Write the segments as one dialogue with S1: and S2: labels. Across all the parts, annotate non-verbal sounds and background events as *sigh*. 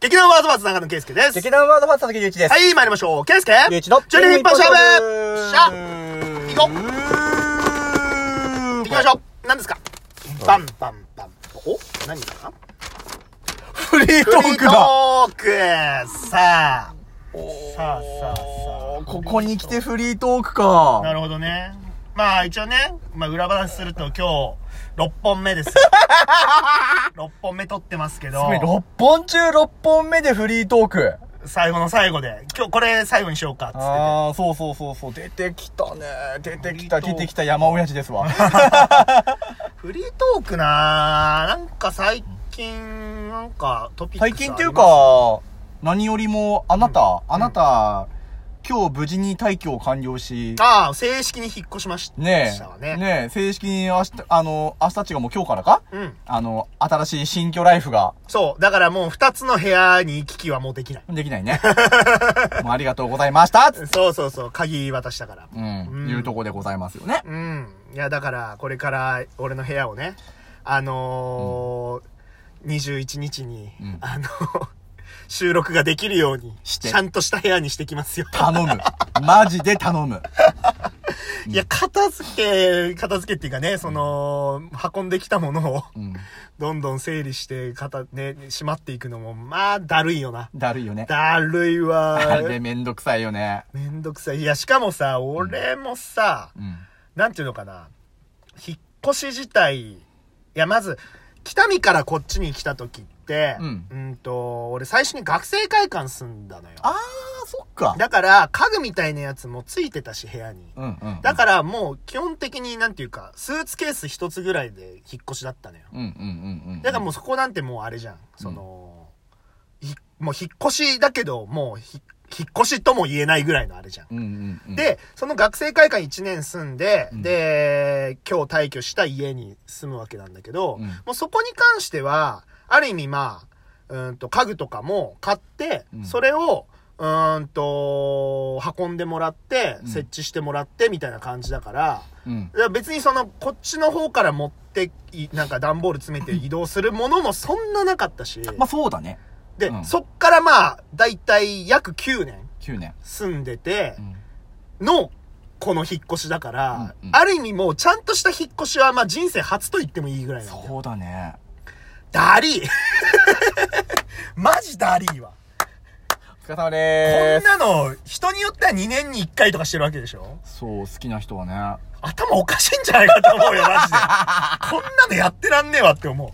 S1: 劇団ワードバーズ長野圭介です。
S2: 劇団ワードファン佐々木隆一です。。
S1: はいい、参りましょう。圭介
S2: 隆一の
S1: チュリヒップ勝負しゃ
S2: ー
S1: 行こう
S2: 行
S1: 行きましょう。何ですかバンバンバン。お何かな
S2: フリート
S1: フリ
S2: ー
S1: ー
S2: ク
S1: ト
S2: だ
S1: ークさあ。さあさあさあ。
S2: ここに来てフリートークか。
S1: なるほどね。まあ一応ね、まあ裏話すると今日、6本目
S2: *laughs*
S1: です。6本目撮ってますけど、
S2: 6本中6本目でフリートーク。
S1: 最後の最後で、今日これ最後にしようか、つって。
S2: ああ、そうそうそうそう。出てきたね。出てきた、
S1: フリートー
S2: 出
S1: ク
S2: てきた山親父です
S1: *laughs*
S2: わ。
S1: フリートークなぁ、なんか最近、なんかトピックスあり
S2: 最
S1: ます
S2: 近っていう、か、何よりも、あなた、あなた、今日無事に退去を完了し、
S1: ああ、正式に引っ越しました
S2: ね
S1: わ
S2: え、
S1: ね。
S2: ねえ、正式に明日、あの、明日ちがもう今日からか
S1: うん。
S2: あの、新しい新居ライフが
S1: そう。だからもう二つの部屋に行き来はもうできない。
S2: できな
S1: *laughs*
S2: いね。もうありがとうございましたつ
S1: そうそうそう。鍵渡したから。
S2: う
S1: う
S2: ん、
S1: ん
S2: いうとこでございますよね。
S1: うん。いや、だから、これから俺の部屋をね、あのー21日に、
S2: ん
S1: あの収録ができるように、
S2: して
S1: ちゃんとした部屋にしてきますよ。
S2: 頼む。マジで頼む。
S1: いや、片付け、片付けっていうかね、その、運んできたものを、
S2: うん。
S1: どんどん整理して、片、ね、しまっていくのも、まあ、だるいよな。
S2: だるいよね。
S1: だるい
S2: あ
S1: わ。
S2: れめんどくさいよね。
S1: めんどくさい。いや、しかもさ、俺もさ、
S2: うん。
S1: なんていうのかな。引っ越し自体、いや、まず、北見からこっちに来た時って、
S2: うん
S1: と、俺最初に学生会館住んだのよ。
S2: あー、そっか。
S1: だから、家具みたいなやつもついてたし、部屋に。
S2: うんうん。
S1: だからもう基本的になんていうか、スーツケース一つぐらいで引っ越しだったのよ。
S2: うんうんうんうん。
S1: だからもうそこなんてもうあれじゃん。その、ひもう引っ越しだけど、もうひ引っ越しとも言えないぐらいのあれじゃん。
S2: うんうんうん。、
S1: で、その学生会館1年住んで、
S2: うん
S1: で、今日退去した家に住むわけなんだけど、
S2: うん
S1: もうそこに関しては、ある意味まあ、うーんと家具とかも買って、
S2: うん
S1: それを、うーんと、運んでもらって、
S2: うん
S1: 設置してもらって、みたいな感じだから、
S2: うん。
S1: いや別にその、こっちの方から持ってい、なんか段ボール詰めて移動するものもそんななかったし、
S2: まあそうだね。
S1: で、
S2: うん
S1: そっからまあ、だいたい約9年
S2: 9年。
S1: 住んでて
S2: う、ん。
S1: の、この引っ越しだから、
S2: うんうん
S1: ある意味もうちゃんとした引っ越しはまあ人生初と言ってもいいぐらいなんだよ。
S2: そうだね。
S1: だりー *laughs* マジだりーわ。
S2: お
S1: こ
S2: 疲れ様でー
S1: ん
S2: す。
S1: なの、人によっては2年に1回とかしてるわけでしょ
S2: そう、好きな人はね。
S1: 頭おかしいんじゃないかと思うよ、マ
S2: *laughs*
S1: ジで。こんなのやってらんねえわって思う。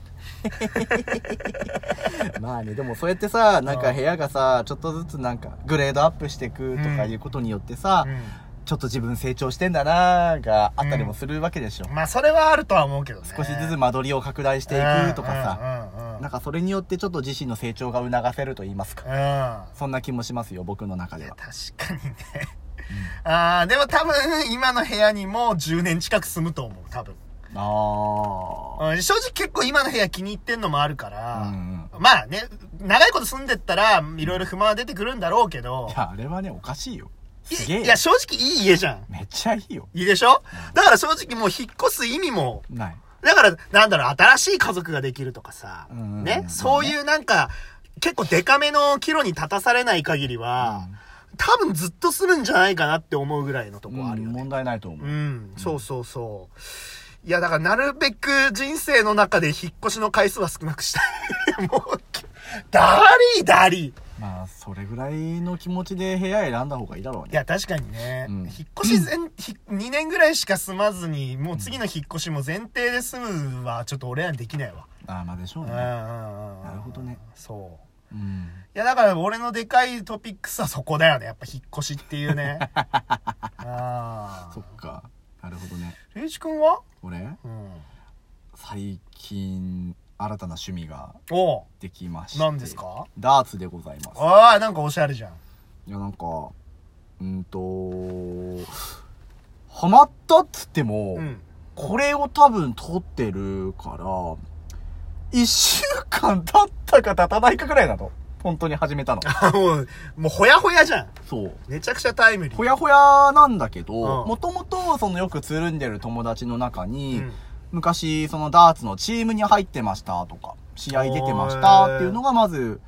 S2: *laughs* まあね、でもそうやってさ、なんか部屋がさ、ちょっとずつなんかグレードアップしていくとかいうことによってさ、
S1: う
S2: ちょっと自分成長してんだなーがあったりもするわけでしょ。
S1: ん、まあそれはあるとは思うけどね。
S2: 少しずつ
S1: っ
S2: 間取りを拡大していくとかさ、
S1: うんうんうん
S2: なんかそれによってちょっと自身の成長が促せると言いますか。そんな気もしますよ、僕の中
S1: うんい
S2: で
S1: や
S2: は。
S1: 確かにね。ああ、でも多分今の部屋にも10年近く住むと思う、多分。
S2: あ
S1: うん正直結構今の部屋気に入ってんのもあるか
S2: ー。う
S1: ら、
S2: んうん。
S1: まあね、長いこと住んでったら、いろいろ不満は出てくるんだろうけど
S2: い、や、あれはね、おかしいよ。
S1: い
S2: すげえ
S1: い
S2: よ
S1: や、。正直いい家じゃん。
S2: めっちゃいいよ。
S1: いいでしょだから正直もう引っ越す意味も、
S2: ない。
S1: だから、なんだろう、新しい家族ができるとかさ
S2: うんうんう、ん
S1: ね、そういうなんか、結構デカめの岐路に立たされない限りは、多分ずっとするんじゃないかなって思うぐらいのとこあるよ
S2: うん
S1: ね。
S2: 問題ないと思
S1: う
S2: う。
S1: ん、そうそうそう。いや、だからなるべく人生の中で引っ越しの回数は少なくしたい。もう、だりーだりー
S2: まあ、それぐらいの気持ちで部屋選んだ方がいいだろう
S1: い
S2: ね。
S1: や、確かにね。
S2: うん
S1: 引っ越し全、ひ2年ぐらいしか住まずに、もう次の引っ越しも前提で住むは、ちょっと俺らにできないわ。
S2: ああ、まあでしょう
S1: うん
S2: ね
S1: うん。うんうん。
S2: なるほどね。
S1: そう。
S2: うん。
S1: いや、だから俺のでかいトピックスはそこだよね。やっぱ引っ越しっていう
S2: *laughs*
S1: ね。ああ
S2: そ。っか。なるほどね。
S1: レイジ君は
S2: 俺、
S1: うん。
S2: 最近、新たな趣味が
S1: おう
S2: できまして。
S1: 何ですか
S2: ダーツでございます。
S1: ああ、なんかおしゃれじゃん。
S2: いや、なんか、うんと、ハマったっつっても、
S1: うん。 *laughs*
S2: これを多分撮ってるから、一週間経ったか経たないかぐらいなの。本当に始めた
S1: *laughs*
S2: の。
S1: あもう、もうほやほやじゃん。
S2: そう。
S1: めちゃくちゃタイムリー。
S2: ほやほやなんだけど、
S1: うん
S2: もともとそのよくつるんでる友達の中に、
S1: うん
S2: 昔そのダーツのチームに入ってましたとか、試合出てましたっていうのがまず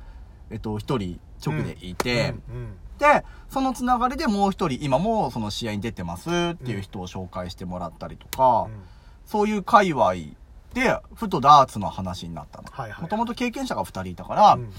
S2: えっと、一人直でいて、
S1: うん
S2: で、そのつながりでもう一人、今もその試合に出てますっていう人を紹介してもらったりとか、
S1: うんうん
S2: そういう界隈で、ふとダーツの話になったの。
S1: はいはい
S2: もともと経験者が二人いたから、
S1: うん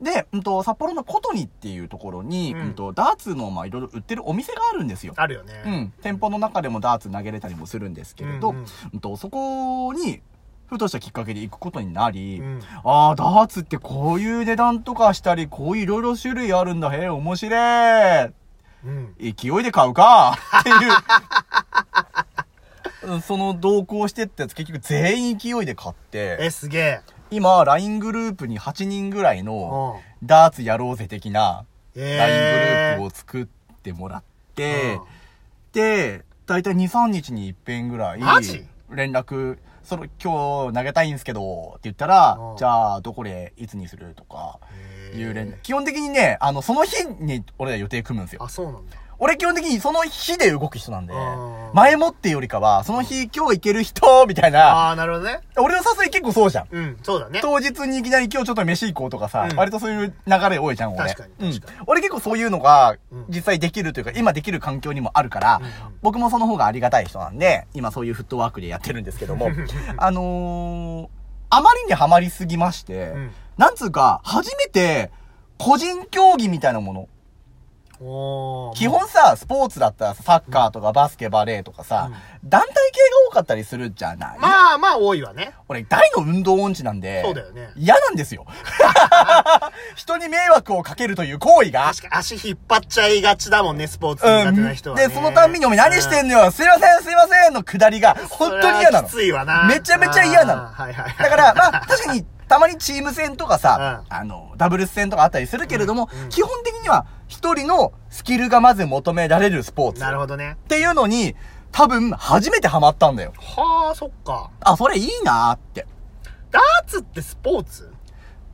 S2: で、うんと、札幌の琴にっていうところに、
S1: う
S2: うんんと、ダーツの、まあ、いろいろ売ってるお店があるんですよ。
S1: あるよ
S2: う
S1: ね。
S2: ん。店舗の中でもダーツ投げれたりもするんですけれど、
S1: う
S2: うんん
S1: うん
S2: と、そこに、ふとしたきっかけで行くことになり、
S1: うん
S2: ああ、ダーツってこういう値段とかしたり、こういういろいろ種類あるんだ。へえ、面白い。
S1: うん。
S2: 勢いで買うかっていう。うんその同行してってやつ結局全員勢いで買って、
S1: え、すげえ。
S2: 今 LINE グループに8人ぐらいの
S1: うん。
S2: ダーツやろうぜ的な LINE グループ
S1: を
S2: を作ってもらって、で、だいたい2、3日に一遍ぐらい
S1: マジ
S2: 連絡、その今日投げたいんですけどって言ったら
S1: うん、
S2: じゃあどこでいつにするとかいう連絡。
S1: 絡。
S2: 基本的にね、あの、その日に俺ら予定組むんですよ。
S1: あ、そうなんだ。
S2: 俺基本的にその日で動く人なんで
S1: うん、
S2: 前もってよりかは、その日今日行ける人、みたいな、
S1: ああ、なるほどね。
S2: 俺の誘い結構そうじゃん。
S1: うん、そうだね。
S2: 当日にいきなり今日ちょっと飯行こうとかさ、
S1: うん
S2: 割とそういう流れ多いじゃん、俺。
S1: 確かに確かに
S2: うん俺結構そういうのが
S1: うん、
S2: 実際できるというか、今できる環境にもあるから
S1: うんうん、
S2: 僕もその方がありがたい人なんで、今そういうフットワークでやってるんですけども、 *laughs* あのー、あまりにハマりすぎまして
S1: うん、
S2: なんつうか、初めて、個人競技みたいなもの、
S1: おー
S2: 基本さ、スポーツだったらさサッカーとかバスケ、バレーとかさ、団体系が多かったりするじゃない、
S1: まあまあ多いわね。
S2: 俺、大の運動音痴なんで、
S1: そうだよね
S2: 嫌なんですよ。 *laughs* 人に迷惑をかけるという行為が。
S1: 確かに足引っ張っちゃいがちだもんね、スポーツ
S2: う
S1: 苦
S2: ん
S1: 手な人は、ね
S2: で、そのたんびにお前何して
S1: の
S2: んのよ、すいません、すいませんの下りが、本当に嫌なの。
S1: きついわな。
S2: めちゃめちゃ嫌なの
S1: あーはいはいはい。
S2: だから、まあ、確かに、たまにチーム戦とかさ、
S1: う
S2: あの、ダブルス戦とかあったりするけれども、
S1: うんうん
S2: 基本的には、一人のスキルがまず求められるスポーツ。
S1: なるほどね
S2: っ。ていうのに、多分、初めてハマったんだよ。
S1: はあ、そっか。
S2: あ、それいいなーって。
S1: ダーツってスポーツ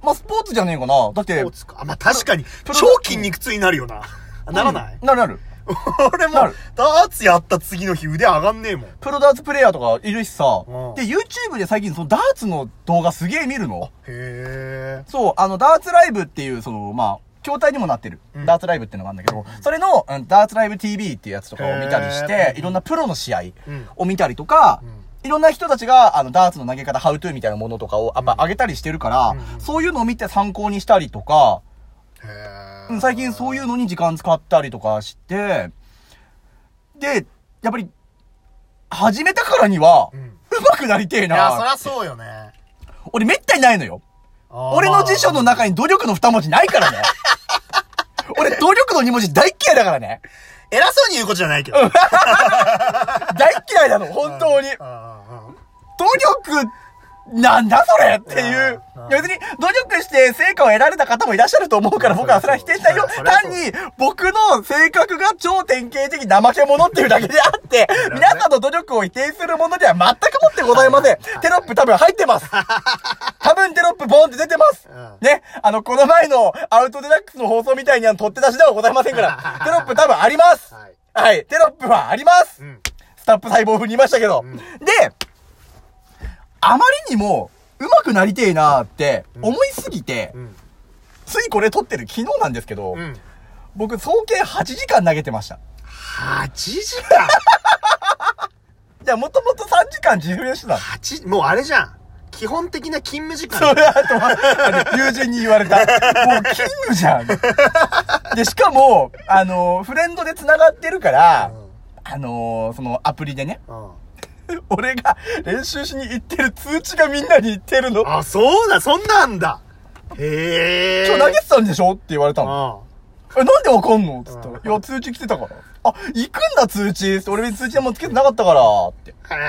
S2: まあ、スポーツじゃねえかなだっ
S1: ス
S2: て
S1: ポー、ツか。あ、まあ確かに、
S2: ロ
S1: 超筋肉痛になるよな。あならない、
S2: うんなるなる。
S1: *laughs* 俺も
S2: なる、
S1: ダーツやった次の日腕上がんねえもん。
S2: プロダーツプレイヤーとかいるしさ
S1: うん。
S2: で、YouTube で最近そのダーツの動画すげえ見るの
S1: へえ。
S2: そう、あの、ダーツライブっていう、その、まあ、筐体にもなってる
S1: うん。
S2: ダーツライブっていうのがあるんだけど、それの、うんダーツライブ TV っていうやつとかを見たりし
S1: へ
S2: て、
S1: ー
S2: いろんなプロの試合
S1: うん
S2: を見たりとか
S1: うん、
S2: いろんな人たちが、あの、ダーツの投げ方、ハウトゥーみたいなものとかを、やっぱ上げたりしてるから
S1: うん、
S2: そういうのを見て参考にしたりとか、
S1: へえ
S2: うん最近そう
S1: い
S2: いうのに時間使ったりとかして、で、やっぱり、始めたからには、
S1: う
S2: うんまくなりてえ
S1: や、そり
S2: な。
S1: ゃそうよね。
S2: 俺めったにないのよ。
S1: あー
S2: 俺の辞書の中に努力の二文字ないからね。俺努力の二文字大っ嫌いだからね。
S1: 偉そうに言うことじゃないけど。
S2: 大っ嫌いなの、本当に。
S1: あー
S2: 努力、なんだそれっていう
S1: うんうん。
S2: いや別に努力して成果を得られた方もいらっしゃると思うから
S1: うん
S2: 僕はそれは否定しないよ
S1: そ。りゃそう
S2: 単に僕の性格が超典型的怠け者っていうだけであって、
S1: どね
S2: 皆さんの努力を否定するものでは全くもってございません。テロップ多分入って
S1: *laughs*
S2: ます。多分テロップボーンって出てます
S1: うん。
S2: ね。あの、この前のアウトデラックスの放送みたいにあの取って出しではございませんから、テロップ多分あります。
S1: はい
S2: はい。テロップはあります
S1: う。ん。
S2: スタップ細胞風に言いましたけど。で、あまりにも、上手くなりてえなーって、思いすぎて、
S1: うん。
S2: ついこれ撮ってる昨日なんですけど、
S1: うん。
S2: 僕、総計8時間投げてました。
S1: 8時間
S2: じゃあ、もともと3時間自由してたの。
S1: 八もうあれじゃん。基本的な勤務時間。
S2: それあとは、あの友人に言われた。もう勤務じゃん。で、しかも、あの、フレンドで繋がってるから、あのそのアプリでね、
S1: うん。
S2: 俺が練習しに行ってる通知がみんなに行ってるの。
S1: あ、そうだ、そんなんだ。へえ。
S2: 今日投げてたんでしょって言われたの。
S1: う
S2: え、なんでわかんのつった
S1: う
S2: ら
S1: ん、
S2: いや、通知来てたから。あ、行くんだ、通知って俺別に通知でもつけてなかったから、って。だ
S1: ん。へ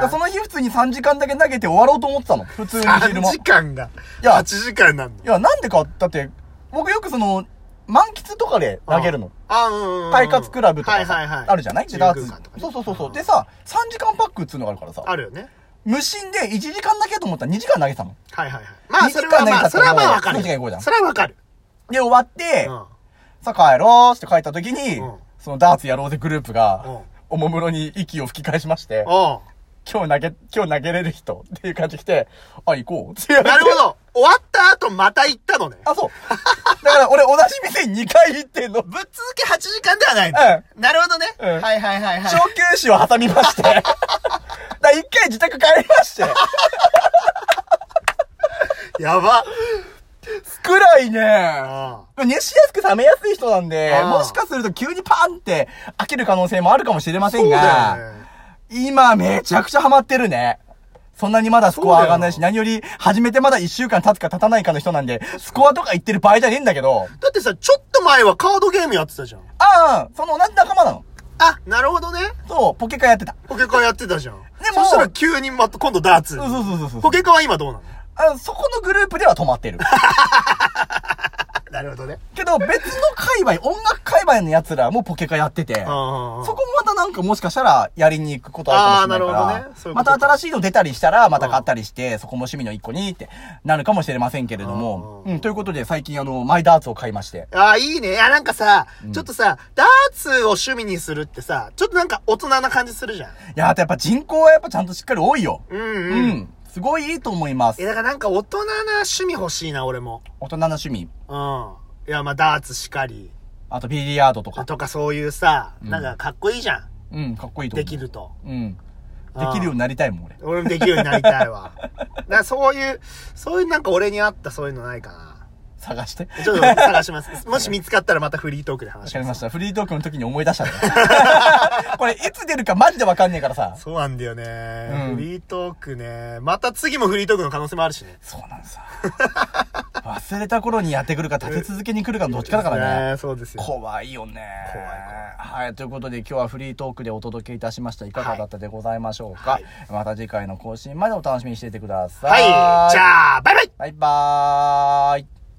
S2: か
S1: え。
S2: らその日普通に3時間だけ投げて終わろうと思ってたの。普通に昼
S1: 3
S2: 間。い
S1: 時間が。
S2: いや
S1: 8時間なんだ。
S2: や、なんでか、だって、僕よくその、満喫とかで投げるの。
S1: あ、うんうんうん。
S2: 快活クラブと
S1: は
S2: か
S1: いはいはい
S2: さ。あるじゃない
S1: 自
S2: ダ
S1: 由
S2: ー
S1: 空
S2: ツ
S1: 間とか、ね。
S2: そうそうそうそう。で
S1: ん
S2: さ、3時間パックっつうのがあるからさ、
S1: あるよね。
S2: 無心で1時間だけと思ったら2時間投げてたの。
S1: はいはいはい。まあ、
S2: 二
S1: そ
S2: 時
S1: れ
S2: 間
S1: はまあ、
S2: 何
S1: そ
S2: か
S1: れは
S2: っ
S1: ま
S2: て
S1: あ
S2: も
S1: わかるよ。
S2: 二時間行こうじゃん
S1: それはわかる。
S2: で、終わって、
S1: うん。
S2: さあ帰ろうって帰った時に、
S1: うん
S2: そのダーツやろうぜグループが、
S1: うん
S2: おもむろに息を吹き返しまして、
S1: おう *laughs*
S2: 今日投げ、今日投げれる人っていう感じ来て、あ、行こうって言われて
S1: なるほど。終わった後また行ったのね。
S2: あ、そう。だから俺同じ店に2回行ってんの。
S1: ぶっ続け8時間ではないの。
S2: う
S1: なるほどね、
S2: うん
S1: はいはいはいはい
S2: 小。休止を挟みまして。だから一回自宅帰りまして。
S1: やば。
S2: くらいね。
S1: あ
S2: 熱しやすく冷めやすい人なんで
S1: あ、あ
S2: もしかすると急にパンって開ける可能性もあるかもしれません
S1: そうだよ
S2: が
S1: ね、
S2: 今めちゃくちゃハマってるね。そんなにまだスコア上がんない
S1: そ
S2: し、
S1: うだ
S2: 何より始めてまだ1週間経つか経たないかの人なんで、スコアとか言ってる場合じゃねえんだけど、
S1: だってさ、ちょっと前はカードゲームやってたじゃん。
S2: ああ、その同じ仲間なの。
S1: あ、なるほどね。
S2: そう、ポケカやってた。
S1: ポケカやってたじゃん。
S2: で
S1: そ
S2: も
S1: したら急にまた今度ダーツ。
S2: そうそうそうそうそ
S1: ポ
S2: う。
S1: ケカは今どうなの
S2: あそこのグループでは止まっ
S1: *laughs*
S2: てる。
S1: なるほどね。
S2: けど別の界隈、音楽界隈の奴らもポケカやってて、
S1: あ
S2: そこもまたなんかもしかしたらやりに行くことあるかもしれないか
S1: あーなるほ
S2: ら、
S1: どねそういうこ
S2: ま
S1: と
S2: た新しいの出たりしたら、また買ったりして、そこも趣味の一個にってなるかもしれませんけれども、
S1: う
S2: うんん、ということで最近あの、マイダーツを買いまして、
S1: ああ、いいね。いや、なんかさ、ちょっとさ、ダーツを趣味にするってさ、ちょっとなんか大人な感じするじゃん。
S2: いやーやっぱ人口はやっぱちゃんとしっかり多いよ。
S1: うん
S2: う
S1: うん。
S2: ん、すごいいいと思いま
S1: え、
S2: す。
S1: だからなんか大人な趣味欲しいな、俺も。
S2: 大人の趣味、
S1: うん。いや、まあ、ダーツしかり。
S2: あとビリヤードとか、
S1: とかそういうさ、
S2: うん
S1: なんかかっこいいじゃん。
S2: うん、かっこいいと
S1: で
S2: 思う。
S1: き。ると。
S2: うん。で
S1: あー
S2: きるようになりたいもん、俺。
S1: 俺もできるようになりたい
S2: *laughs*
S1: わ。だからそういう、そういうなんか俺に合ったそういうのないかな。
S2: 探して。わ
S1: ちょっと探します。
S2: *laughs*
S1: もし見つかったらまたフリートークで話し
S2: かり
S1: ま。
S2: ますした。フリートークの時に思い出し
S1: *laughs*
S2: たんだこれ、いつ出るかマジでわかんねえからさ。
S1: そうなんだよね、
S2: うん
S1: フリートークね。また次もフリートークの可能性もあるしね。
S2: そうな
S1: *laughs*
S2: んさ。忘れた頃にやってくるか、立て続けに来るかのどっちかだからね。
S1: ねそうですよ。
S2: 怖いよね。
S1: 怖い怖い
S2: はい、ということで今日はフリートークでお届けいたしました。いかがだったでございましょうか、
S1: はい
S2: また次回の更新までお楽しみにしていてください。
S1: はい。じゃあ、バイバイ
S2: バイバーイ。